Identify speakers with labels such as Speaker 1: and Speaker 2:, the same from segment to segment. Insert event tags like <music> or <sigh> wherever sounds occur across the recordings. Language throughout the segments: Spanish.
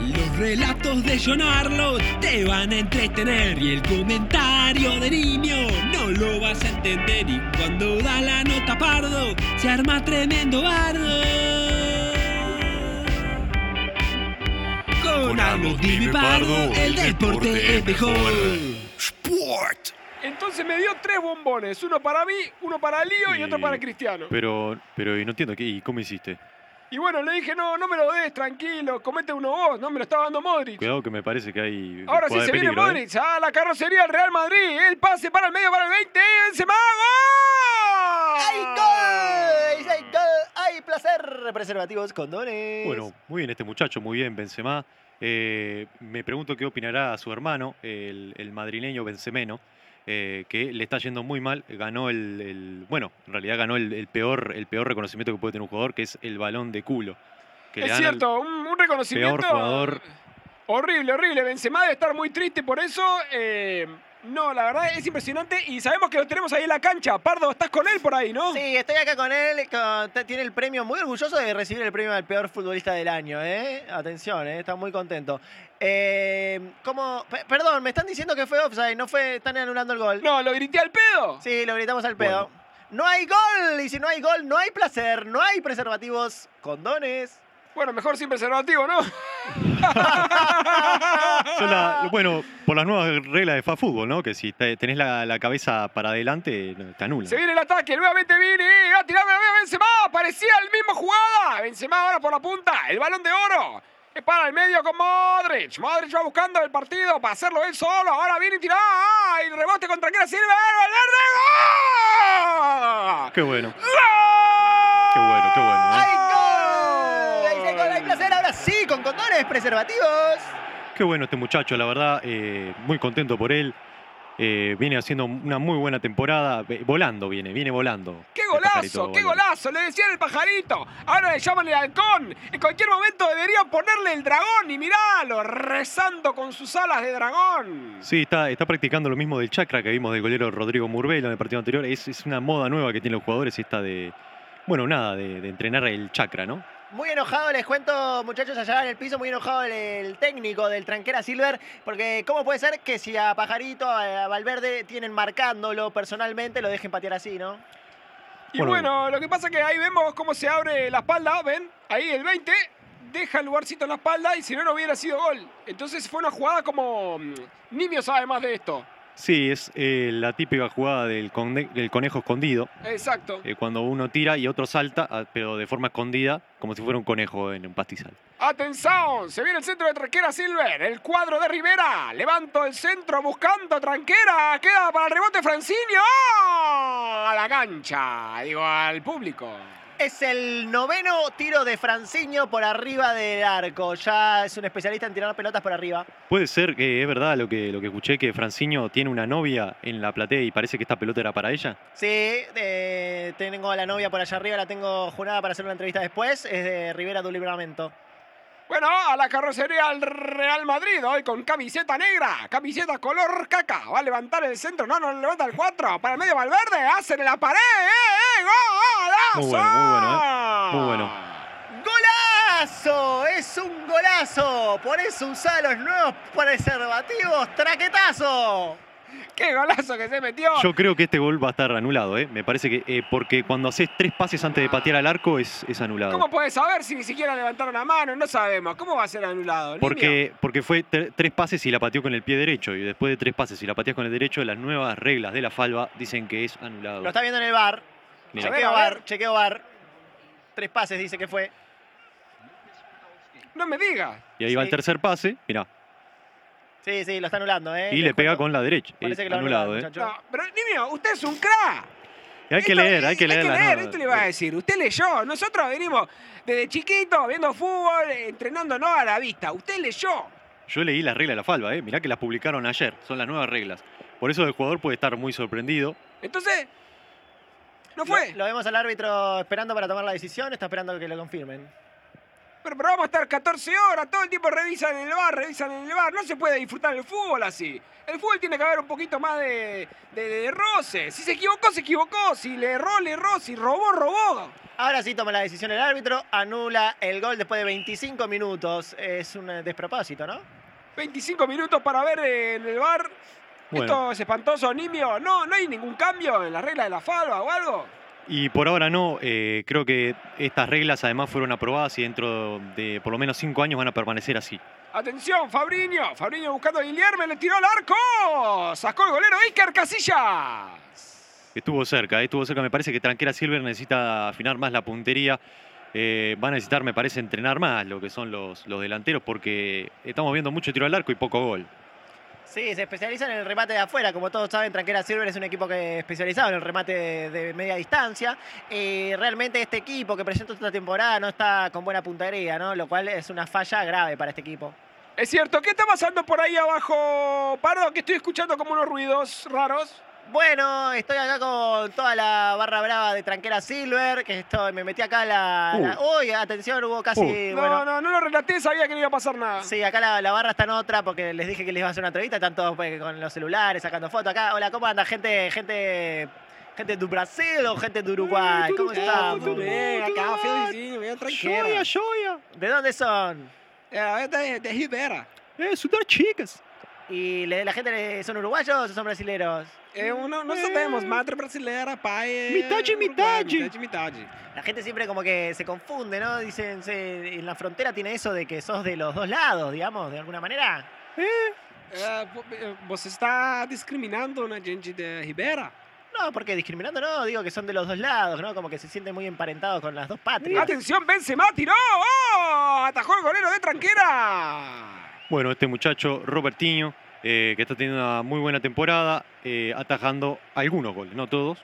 Speaker 1: Los relatos de John Arlo te van a entretener y el comentario de niño no lo vas a entender y cuando da la nota pardo se arma tremendo bardo. Con Arlo, Divi Pardo, el deporte es mejor.
Speaker 2: Sport.
Speaker 3: Entonces me dio tres bombones, uno para mí, uno para Lío y otro para Cristiano.
Speaker 4: Pero, pero y no entiendo, ¿qué, ¿y cómo hiciste?
Speaker 3: Y bueno, le dije, no, no me lo des, tranquilo, comete uno vos, no me lo estaba dando Modric.
Speaker 4: Cuidado que me parece que hay...
Speaker 3: Ahora sí
Speaker 4: puede
Speaker 3: se
Speaker 4: haber
Speaker 3: viene
Speaker 4: peligro, ¿eh?
Speaker 3: Modric, a la carrocería del Real Madrid, el pase para el medio, para el 20, Benzema, ¡gol!
Speaker 5: ¡Hay gol! ¡Hay gol! ¡Hay placer! Preservativos, condones.
Speaker 4: Bueno, muy bien este muchacho, muy bien Benzema. Eh, me pregunto qué opinará a su hermano, el, el madrileño Benzemeno, eh, que le está yendo muy mal. Ganó el, el- bueno, en realidad ganó el, el peor, el peor reconocimiento que puede tener un jugador, que es el balón de culo. Que le
Speaker 3: Es
Speaker 4: dan al
Speaker 3: cierto, un, un reconocimiento.
Speaker 4: peor jugador.
Speaker 3: Horrible, horrible. Benzema debe estar muy triste por eso. eh, no, la verdad es impresionante y sabemos que lo tenemos ahí en la cancha. Pardo, estás con él por ahí, ¿no?
Speaker 5: Sí, estoy acá con él. con- t- tiene el premio, muy orgulloso de recibir el premio al peor futbolista del año, ¿eh? Atención, ¿eh? Está muy contento. Eh, ¿Cómo? Pe- perdón, me están diciendo que fue offside, no fue. Están anulando el gol.
Speaker 3: No, lo grité al pedo.
Speaker 5: Sí, lo gritamos al pedo.
Speaker 4: Bueno.
Speaker 5: No hay gol, y si no hay gol, no hay placer, no hay preservativos, condones.
Speaker 3: Bueno, mejor sin preservativo, ¿no? <laughs>
Speaker 4: Son la- bueno, por las nuevas reglas de FA Fútbol, ¿no? Que si te- tenés la, la cabeza para adelante, no, te anula.
Speaker 3: Se viene el ataque, nuevamente viene, va a tirar nuevamente Benzema, parecía el mismo jugada. Benzema ahora por la punta, el balón de oro. Es para el medio con Modric. Modric va buscando el partido para hacerlo él solo. Ahora viene y tira. ¡Ay! El rebote contra quién le sirve. ¡Valverde! ¡Gol!
Speaker 4: Qué bueno,
Speaker 3: ¡Gol!
Speaker 4: qué bueno, qué bueno. ¿eh?
Speaker 5: ¡Hay gol! Ahí dice gol, hay placer, ahora sí, con condones, preservativos.
Speaker 4: Qué bueno este muchacho, la verdad, eh, muy contento por él. Eh, viene haciendo una muy buena temporada, ve- volando viene, viene volando.
Speaker 3: ¡Qué
Speaker 4: el
Speaker 3: golazo!
Speaker 4: pajarito
Speaker 3: ¡Qué
Speaker 4: Valverde.
Speaker 3: golazo! Le decían el pajarito. Ahora le llaman el halcón. En cualquier momento deberían ponerle el dragón y miralo, rezando con sus alas de dragón.
Speaker 4: Sí, está, está practicando lo mismo del chakra que vimos del golero Rodrigo Murbelo en el partido anterior. Es, es una moda nueva que tienen los jugadores esta de, bueno, nada, de, de entrenar el chakra, ¿no?
Speaker 5: Muy enojado, les cuento, muchachos, allá en el piso, muy enojado el, el técnico del Tranquera Silver, porque ¿cómo puede ser que si a Pajarito, a Valverde, tienen marcándolo personalmente, lo dejen patear así, ¿no?
Speaker 3: Y bueno,
Speaker 4: Bueno.
Speaker 3: lo que pasa es que ahí vemos cómo se abre la espalda, ¿ven? Ahí el 20 deja el lugarcito en la espalda y si no, no hubiera sido gol. Entonces fue una jugada como... mm, Niños sabe más de esto.
Speaker 4: Sí, es eh, la típica jugada del, conde- del conejo escondido,
Speaker 3: Exacto.
Speaker 4: eh, cuando uno tira y otro salta, ah, pero de forma escondida, como si fuera un conejo en un pastizal.
Speaker 3: Atención, se viene el centro de Tranquera Silver, el cuadro de Rivera, levanto el centro buscando Tranquera, queda para el rebote Francinio, ¡Ah! a la cancha, digo al público.
Speaker 5: Es el noveno tiro de Franciño por arriba del arco, ya es un especialista en tirar pelotas por arriba.
Speaker 4: Puede ser que es verdad lo que, lo que escuché, que Franciño tiene una novia en la platea y parece que esta pelota era para ella.
Speaker 5: Sí, eh, tengo a la novia por allá arriba, la tengo jurada para hacer una entrevista después, es de Rivera de Libramento.
Speaker 3: Bueno, a la carrocería al Real Madrid hoy con camiseta negra, camiseta color caca, va a levantar el centro, no, no levanta el 4, para el medio Valverde, hacen en la pared, ¡eh, eh, golazo!
Speaker 4: Muy bueno, muy bueno, ¿eh? Muy bueno.
Speaker 5: ¡Golazo! ¡Es un golazo! Por eso usa los nuevos preservativos. ¡Traquetazo!
Speaker 3: ¡Qué golazo que se metió!
Speaker 4: Yo creo que este gol va a estar anulado, ¿eh? Me parece que. eh, porque cuando haces tres pases antes de patear al arco es, es
Speaker 3: ¿Cómo
Speaker 4: anulado.
Speaker 3: puedes saber si ni siquiera levantaron la mano? No sabemos. ¿Cómo va a ser anulado? niño?
Speaker 4: Porque, porque fue tre- tres pases y la pateó con el pie derecho. Y después de tres pases y la pateas con el derecho, las nuevas reglas de la falva dicen que es anulado.
Speaker 5: Lo está viendo en el bar.
Speaker 4: Mira.
Speaker 5: Chequeo
Speaker 3: A ver, a
Speaker 5: bar, chequeo bar. Tres pases dice que fue.
Speaker 3: No me digas.
Speaker 4: Y ahí va el
Speaker 5: sí.
Speaker 4: tercer pase, mirá.
Speaker 5: Sí, sí, lo está anulando, ¿eh.
Speaker 4: Y
Speaker 5: Les
Speaker 4: le pega
Speaker 5: cuento.
Speaker 4: con la derecha.
Speaker 5: Parece
Speaker 4: Eh,
Speaker 5: que lo
Speaker 4: anulado,
Speaker 5: anularon,
Speaker 4: ¿eh?
Speaker 5: muchacho.
Speaker 3: No, pero niño, usted es un crack.
Speaker 4: Y hay que
Speaker 3: Esto-
Speaker 4: leer, hay que leer las normas.
Speaker 3: esto le iba a decir. Usted leyó. Nosotros venimos desde chiquitos viendo fútbol, eh, entrenando no a la vista. Usted leyó.
Speaker 4: Yo leí las reglas de la falva, ¿eh? Mirá que las publicaron ayer. Son las nuevas reglas. Por eso el jugador puede estar muy sorprendido.
Speaker 3: Entonces, no
Speaker 5: Lo-
Speaker 3: fue.
Speaker 5: Lo vemos al árbitro esperando para tomar la decisión, está esperando que lo confirmen.
Speaker 3: Pero, pero vamos a estar 14 horas, todo el tiempo revisan en el bar, revisan en el bar. No se puede disfrutar el fútbol así. El fútbol tiene que haber un poquito más de, de, de roce. Si se equivocó, se equivocó. Si le erró, le erró. Si robó, robó.
Speaker 5: Ahora sí toma la decisión el árbitro, anula el gol después de 25 minutos. Es un eh, despropósito, ¿no?
Speaker 3: 25 minutos para ver en el bar.
Speaker 4: Bueno.
Speaker 3: Esto es espantoso, Nimio. No, no hay ningún cambio en la regla de la falva o algo.
Speaker 4: Y por ahora no, eh, creo que estas reglas además fueron aprobadas y dentro de por lo menos cinco años van a permanecer así.
Speaker 3: Atención, Fabriño. Fabriño buscando a Guillermo, le tiró al arco. Sacó el golero Iker Casillas.
Speaker 4: Estuvo cerca, eh, estuvo cerca. Me parece que Tranquera Silver necesita afinar más la puntería. Eh, va a necesitar, me parece, entrenar más lo que son los, los delanteros porque estamos viendo mucho tiro al arco y poco gol.
Speaker 5: Sí, se especializan en el remate de afuera. Como todos saben, Tranquera Silver es un equipo que especializado en el remate de, de media distancia. Y realmente este equipo que presenta esta temporada no está con buena puntería, ¿no? Lo cual es una falla grave para este equipo.
Speaker 3: Es cierto, ¿qué está pasando por ahí abajo, Pardo? Que estoy escuchando como unos ruidos raros.
Speaker 5: Bueno, estoy acá con toda la barra brava de Tranquera Silver, que estoy, me metí acá la... la- Uy, atención, hubo casi...
Speaker 4: Uh.
Speaker 3: no,
Speaker 5: bueno,
Speaker 3: no, no lo relaté, sabía que no iba a pasar nada.
Speaker 5: Sí, acá la, la barra está en otra porque les dije que les iba a hacer una entrevista. Están todos pues, con los celulares sacando fotos acá. Hola, ¿cómo anda? Gente, gente, gente de Brasil o gente de Uruguay. ¿Cómo están?
Speaker 3: Tudo bem, acá, felizinho, bem tranquilo.
Speaker 5: ¿De dónde son?
Speaker 3: É, de, de Rivera.
Speaker 5: ¿Y le- la gente le- son uruguayos o son brasileros?
Speaker 3: Eu não, não Eh, sabemos, madre brasileira, pai é... Mitad mitad. Mitad mitad.
Speaker 5: La gente siempre como que se confunde, ¿no? Dicen, se- en la frontera tiene eso de que sos de los dos lados, digamos, de alguna manera.
Speaker 3: É, Eh, vo- é, você está discriminando na gente de Rivera?
Speaker 5: No, porque discriminando no, digo que son de los dos lados, ¿no? Como que se sienten muy emparentados con las dos patrias.
Speaker 3: Atención, Benzema tiró. ¡Oh! Atajó el golero de tranquera.
Speaker 4: Bueno, este muchacho, Robertinho, eh, que está teniendo una muy buena temporada, eh, atajando algunos goles, no todos,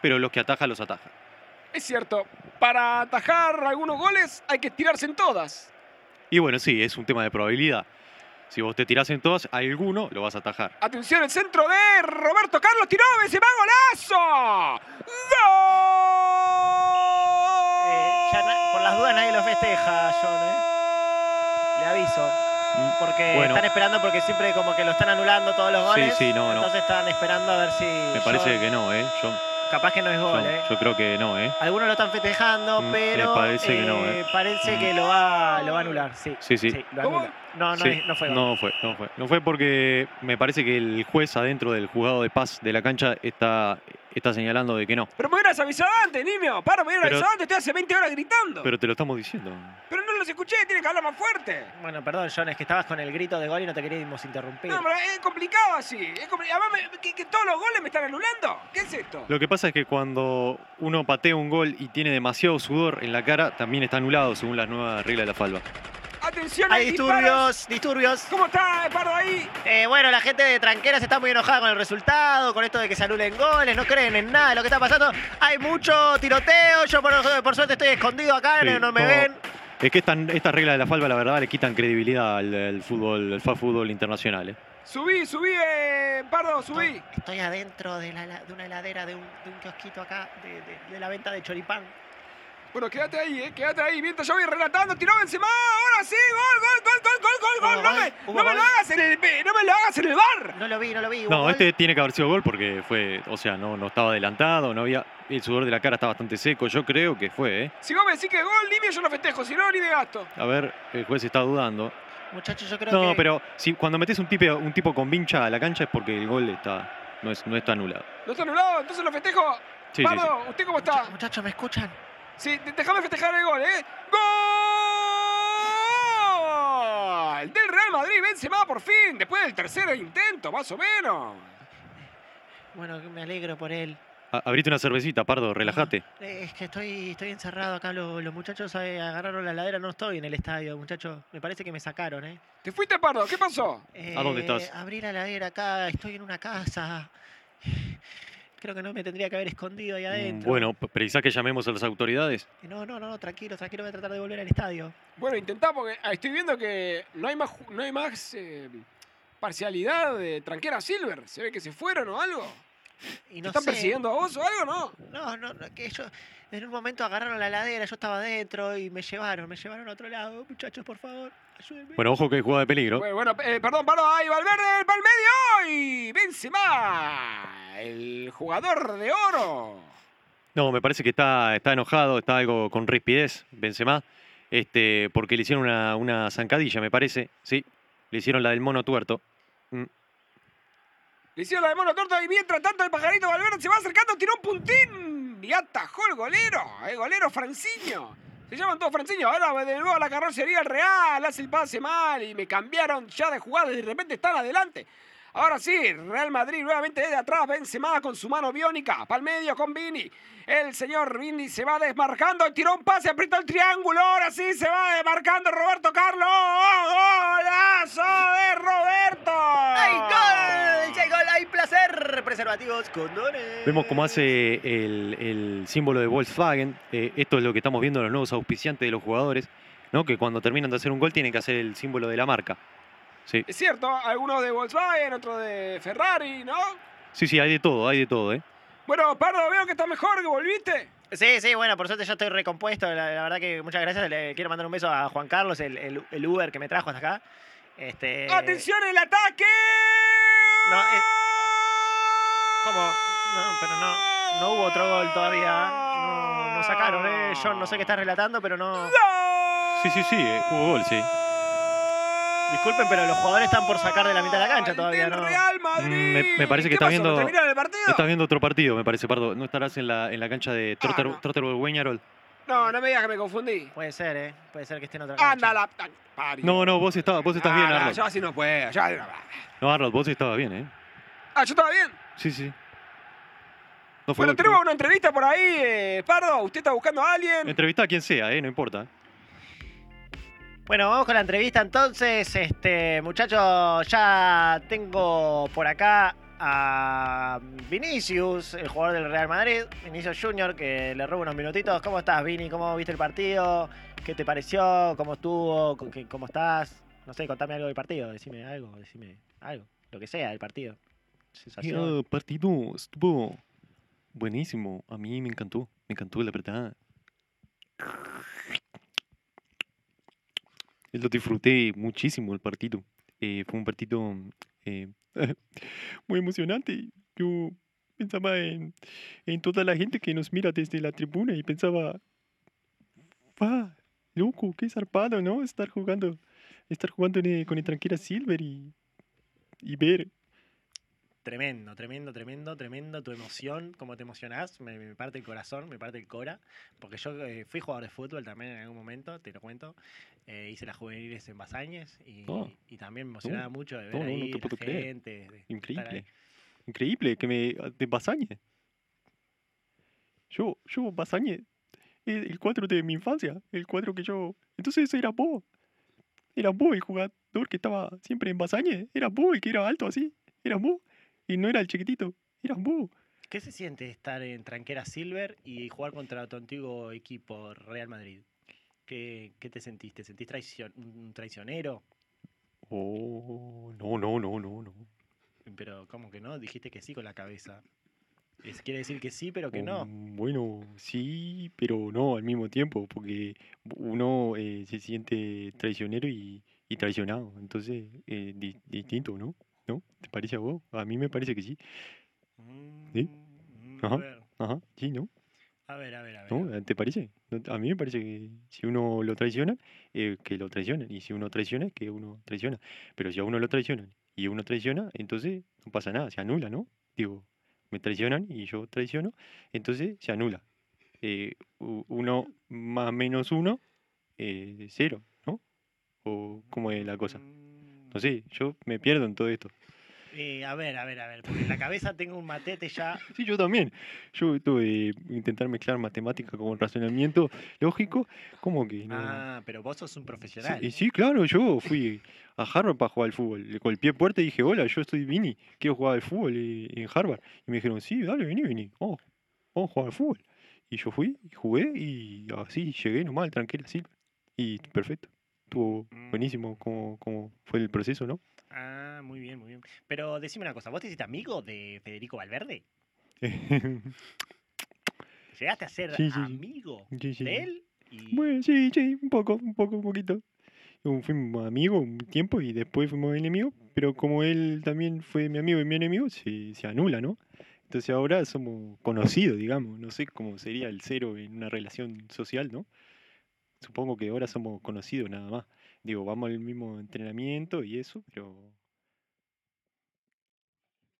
Speaker 4: pero los que ataja, los ataja.
Speaker 3: Es cierto, para atajar algunos goles hay que tirarse en todas.
Speaker 4: Y bueno, sí, es un tema de probabilidad. Si vos te tirás en todas, alguno lo vas a atajar.
Speaker 3: Atención, el centro de Roberto Carlos tiró. Benzema, golazo. ¡Gol!
Speaker 5: Eh, ya na- por las dudas nadie lo festeja, John, ¿eh? Le aviso. Porque
Speaker 4: Mm. Bueno.
Speaker 5: están esperando, porque siempre como que lo están anulando todos los
Speaker 4: Sí,
Speaker 5: goles.
Speaker 4: sí, no, no.
Speaker 5: Entonces están esperando a ver si.
Speaker 4: Me parece que no, ¿eh? Yo,
Speaker 5: Capaz que no es gol,
Speaker 4: yo-
Speaker 5: ¿eh?
Speaker 4: yo creo que no, ¿eh?
Speaker 5: Algunos lo están festejando,
Speaker 4: Mm, me
Speaker 5: pero.
Speaker 4: parece que no, ¿eh?
Speaker 5: Parece
Speaker 4: Mm.
Speaker 5: que lo va, lo va a anular, sí.
Speaker 4: Sí, sí.
Speaker 5: lo
Speaker 3: ¿Cómo?
Speaker 5: anula. No, no,
Speaker 4: Sí,
Speaker 5: es- no fue gol.
Speaker 4: No fue, no fue. No fue porque me parece que el juez adentro del juzgado de paz de la cancha está, está señalando de que no.
Speaker 3: Pero me hubieras avisado antes, Nimio. Para, me hubieras
Speaker 4: Pero-
Speaker 3: avisado antes. Estoy hace 20 horas gritando. Pero,
Speaker 4: Pero te lo estamos diciendo.
Speaker 3: no los escuché, tienen que hablar más fuerte.
Speaker 5: Bueno, perdón, John, es que estabas con el grito de gol y no te queríamos interrumpir.
Speaker 3: No, pero es complicado así. Es compli- Además, me- que, que todos los goles me están anulando. ¿Qué es esto?
Speaker 4: Lo que pasa es que cuando uno patea un gol y tiene demasiado sudor en la cara, también está anulado según las nuevas reglas de la falva.
Speaker 3: Atención,
Speaker 5: Hay
Speaker 3: disparos.
Speaker 5: disturbios, disturbios.
Speaker 3: ¿Cómo está el paro ahí?
Speaker 5: Eh, bueno, la gente de Tranqueras está muy enojada con el resultado, con esto de que se anulen goles, no creen en nada de lo que está pasando. Hay mucho tiroteo, yo por, por suerte estoy escondido acá,
Speaker 4: Sí,
Speaker 5: no, no me
Speaker 4: no.
Speaker 5: ven.
Speaker 4: Es que estas estas reglas de la falva, la verdad, le quitan credibilidad al, al fútbol, al fútbol internacional. ¿eh?
Speaker 3: Subí, subí, eh, Pardo, subí.
Speaker 5: Estoy adentro de, la- de una heladera, de un, de un kiosquito acá, de, de- de la venta de choripán.
Speaker 3: Bueno, quédate ahí, eh, quédate ahí. Mientras yo voy relatando, tiró Benzema. Ahora sí, gol, gol, gol, gol, gol, gol, gol.
Speaker 5: Hubo
Speaker 3: No
Speaker 5: gol,
Speaker 3: me,
Speaker 5: hubo
Speaker 3: no me
Speaker 5: gol.
Speaker 3: lo hagas en el, no me lo hagas en el bar.
Speaker 5: No lo vi, no lo vi. ¿Hubo
Speaker 4: No,
Speaker 5: gol?
Speaker 4: este tiene que haber sido gol porque fue, o sea, no, no estaba adelantado, no había. El sudor de la cara está bastante seco, yo creo que fue, ¿eh?
Speaker 3: Si vos me decís que es gol, Nimio, yo lo festejo. Si no, ni de gasto.
Speaker 4: A ver, el juez está dudando.
Speaker 5: Muchachos, yo creo que...
Speaker 4: No, pero si cuando metes un, tipe- un tipo con vincha a la cancha es porque el gol está, no, es, no está anulado.
Speaker 3: ¿No está anulado? Entonces lo festejo.
Speaker 4: Sí, sí,
Speaker 3: Pardo,
Speaker 4: sí.
Speaker 3: ¿usted cómo está?
Speaker 5: Mucha- Muchachos, ¿me escuchan?
Speaker 3: Sí, de- déjame festejar el gol, ¿eh? ¡Gol! Del Real Madrid, Benzema por fin, después del tercer intento, más o menos.
Speaker 5: Bueno, me alegro por él.
Speaker 4: A- Abrite una cervecita, Pardo, relájate.
Speaker 5: Eh, Es que estoy, estoy encerrado acá, lo- los muchachos eh, agarraron la heladera, no estoy en el estadio, muchachos. Me parece que me sacaron, ¿eh?
Speaker 3: Te fuiste, Pardo, ¿qué pasó?
Speaker 4: ¿A dónde estás?
Speaker 5: Eh, Abrí la heladera acá, estoy en una casa. Creo que no me tendría que haber escondido ahí
Speaker 4: Mm,
Speaker 5: adentro.
Speaker 4: Bueno, p- ¿precisás que llamemos a las autoridades?
Speaker 5: No, no, no, no, tranquilo, tranquilo, voy a tratar de volver al estadio.
Speaker 3: Bueno, intentá porque ah, estoy viendo que no hay más, ju- no hay más eh, parcialidad de Tranquera Silver. Se ve que se fueron o algo.
Speaker 5: Y
Speaker 3: ¿Te
Speaker 5: no
Speaker 3: están
Speaker 5: sé.
Speaker 3: persiguiendo a vos o algo, no?
Speaker 5: No, no, no, que yo. En un momento agarraron la ladera, yo estaba adentro y me llevaron, me llevaron a otro lado. Muchachos, por favor, ayúdenme.
Speaker 4: Bueno, ojo que hay jugada de peligro.
Speaker 3: Bueno, bueno, eh, perdón, paro, ahí Valverde para el medio y Benzema, el jugador de oro.
Speaker 4: No, me parece que está, está enojado, está algo con rispidez, Benzema, este, porque le hicieron una, una zancadilla, me parece, sí. Le hicieron la del mono tuerto.
Speaker 3: Le hicieron la de mono torta y mientras tanto el pajarito Valverde se va acercando, tiró un puntín y atajó el golero, el golero Franciño. Se llaman todos Franciño, ahora de nuevo la carrocería el Real, hace el pase mal y me cambiaron ya de jugada y de repente están adelante. Ahora sí, Real Madrid nuevamente desde atrás, Benzema con su mano biónica, pa'l medio con Vini. El señor Vini se va desmarcando, tiró un pase, aprieta el triángulo, ahora sí se va desmarcando Roberto Carlos. ¡Golazo de Roberto!
Speaker 5: ¡Hay gol! ¡Hay gol! ¡Hay placer! Preservativos, condones.
Speaker 4: Vemos cómo hace el, el símbolo de Volkswagen. eh, esto es lo que estamos viendo en los nuevos auspiciantes de los jugadores, ¿no? Que cuando terminan de hacer un gol tienen que hacer el símbolo de la marca. Sí,
Speaker 3: Es cierto, algunos de Volkswagen, otros de Ferrari, ¿no?
Speaker 4: sí, sí, hay de todo, hay de todo, ¿eh?
Speaker 3: Bueno, Pardo, veo que está mejor, que volviste.
Speaker 5: Sí, sí, bueno, por suerte ya estoy recompuesto. La, la verdad que muchas gracias. Le quiero mandar un beso a Juan Carlos, el, el- el Uber que me trajo hasta acá. Este,
Speaker 3: ¡Atención el ataque!
Speaker 5: No, es- ¿Cómo? No, pero no. No hubo otro gol todavía. No, no sacaron, ¿eh? John, no sé qué estás relatando, pero no.
Speaker 4: Sí, sí, sí, eh, hubo gol, sí.
Speaker 5: Disculpen, pero los jugadores están por sacar de la mitad de la cancha todavía,
Speaker 3: del
Speaker 5: ¿no?
Speaker 3: Real Madrid.
Speaker 4: Mm, me- me parece que
Speaker 3: ¿Qué
Speaker 4: está
Speaker 3: pasó? ¿No
Speaker 4: viendo-
Speaker 3: terminaron el partido?
Speaker 4: Estás viendo otro partido, me parece, Pardo. ¿No estarás en la, en la cancha de Trotter,
Speaker 3: Ah, no.
Speaker 4: Trotterwell Weñarol?
Speaker 3: No, no me digas que me confundí.
Speaker 5: Puede ser, ¿eh? Puede ser que esté en otra cancha.
Speaker 3: Anda la puta que parió.
Speaker 4: No, no, vos, estabas, vos estás
Speaker 3: Ah,
Speaker 4: bien,
Speaker 3: no,
Speaker 4: Arnold.
Speaker 3: Yo así no puedo. yo-
Speaker 4: No, Arnold, vos estabas bien, ¿eh?
Speaker 3: Ah, yo estaba bien.
Speaker 4: Sí, sí. No fue
Speaker 3: Bueno,
Speaker 4: gol,
Speaker 3: tenemos
Speaker 4: fue-
Speaker 3: una entrevista por ahí, eh, Pardo. ¿Usted está buscando a alguien?
Speaker 4: Entrevista a quien sea, ¿eh? No importa.
Speaker 5: Bueno, vamos con la entrevista entonces. Este, muchachos, ya tengo por acá a Vinicius, el jugador del Real Madrid, Vinicius Junior, que le robo unos minutitos. ¿Cómo estás, Vini? ¿Cómo viste el partido? ¿Qué te pareció? ¿Cómo estuvo? ¿Con qué- ¿Cómo estás? No sé, contame algo del partido, decime algo, decime algo, lo que sea del partido. Sensación.
Speaker 4: El partido estuvo buenísimo. A mí me encantó. Me encantó, la verdad. Eh, Lo disfruté muchísimo el partido. Eh, fue un partido eh, <laughs> muy emocionante. Yo pensaba en, en toda la gente que nos mira desde la tribuna y pensaba, ¡va! Loco, qué zarpado, ¿no? Estar jugando, estar jugando en el- con el Tranquera Silver y, y ver
Speaker 5: Tremendo, tremendo, tremendo, tremendo tu emoción, cómo te emocionás, me, me parte el corazón, me parte el cora, porque yo eh, fui jugador de fútbol también en algún momento, te lo cuento, eh, hice las juveniles en Bazañes y,
Speaker 4: Oh.
Speaker 5: y también me emocionaba mucho de ver
Speaker 4: no, no, no
Speaker 5: ahí
Speaker 4: te
Speaker 5: la
Speaker 4: puedo creer.
Speaker 5: gente, de estar ahí.
Speaker 4: Increíble. Increíble que me. de Basañe. Yo, yo, Basañe. El, el cuadro de mi infancia. El cuadro que yo. Entonces era vos. Era vos el jugador que estaba siempre en Basañe. Era vos el que era alto así. Era vos. Y no era el chiquitito. Era vos.
Speaker 5: ¿Qué se siente estar en Tranquera Silver y jugar contra tu antiguo equipo Real Madrid? ¿Qué, qué te sentiste? ¿Sentís traición, un traicionero?
Speaker 4: Oh, no, no, no, no, no.
Speaker 5: Pero ¿cómo que no? Dijiste que sí con la cabeza. Es- quiere decir que sí, pero que
Speaker 4: Mm,
Speaker 5: no.
Speaker 4: Bueno, sí, pero no al mismo tiempo, porque uno eh, se siente traicionero y, y traicionado. Entonces, eh, di- distinto, ¿no? ¿No? ¿Te parece a vos? A mí me parece que sí. ¿Sí?
Speaker 5: Mm,
Speaker 4: Ajá.
Speaker 5: A ver,
Speaker 4: Ajá, sí, ¿no?
Speaker 5: a ver, a ver. A ver.
Speaker 4: ¿No? ¿Te parece? No, A mí me parece que si uno lo traiciona, eh, que lo traicionan. Y si uno traiciona, que uno traiciona. Pero si a uno lo traicionan y uno traiciona, entonces no pasa nada, se anula, ¿no? Digo, me traicionan y yo traiciono, entonces se anula. Eh, u- uno más menos uno, eh, cero, ¿no? ¿O cómo es la cosa?
Speaker 5: Mm,
Speaker 4: No sé, yo me pierdo en todo esto.
Speaker 5: eh, a ver, a ver, a ver. Porque en la cabeza tengo un
Speaker 4: <laughs>
Speaker 5: matete ya.
Speaker 4: Sí, yo también. Yo tuve de intentar mezclar matemática con razonamiento lógico, como que no.
Speaker 5: Ah, pero vos sos un
Speaker 4: Sí,
Speaker 5: profesional.
Speaker 4: y sí, claro, yo fui a Harvard para jugar al fútbol. Le golpeé puerta y dije, hola, yo estoy Vini, quiero jugar al fútbol eh, en Harvard. Y me dijeron, sí, dale, vení, vení, vamos, vamos a jugar al fútbol. Y yo fui, y jugué y así llegué nomás, tranquila, así. Y perfecto. Estuvo
Speaker 5: Mm.
Speaker 4: buenísimo como, como fue el proceso, ¿no? <laughs>
Speaker 5: Ah, muy bien, muy bien. Pero decime una cosa. ¿Vos te hiciste amigo de Federico Valverde?
Speaker 6: ¿Llegaste a ser
Speaker 4: Sí, sí, sí.
Speaker 6: amigo
Speaker 4: Sí, sí.
Speaker 6: de él? Y...
Speaker 4: Bueno, sí, sí, un poco, un poco, un poquito. Un- Fuimos amigos un tiempo y después fuimos enemigos, pero como él también fue mi amigo y mi enemigo, se, se anula, ¿no? Entonces ahora somos conocidos, digamos. No sé cómo sería el cero en una relación social, ¿no? Supongo que ahora somos conocidos nada más. Digo, vamos al mismo entrenamiento y eso, pero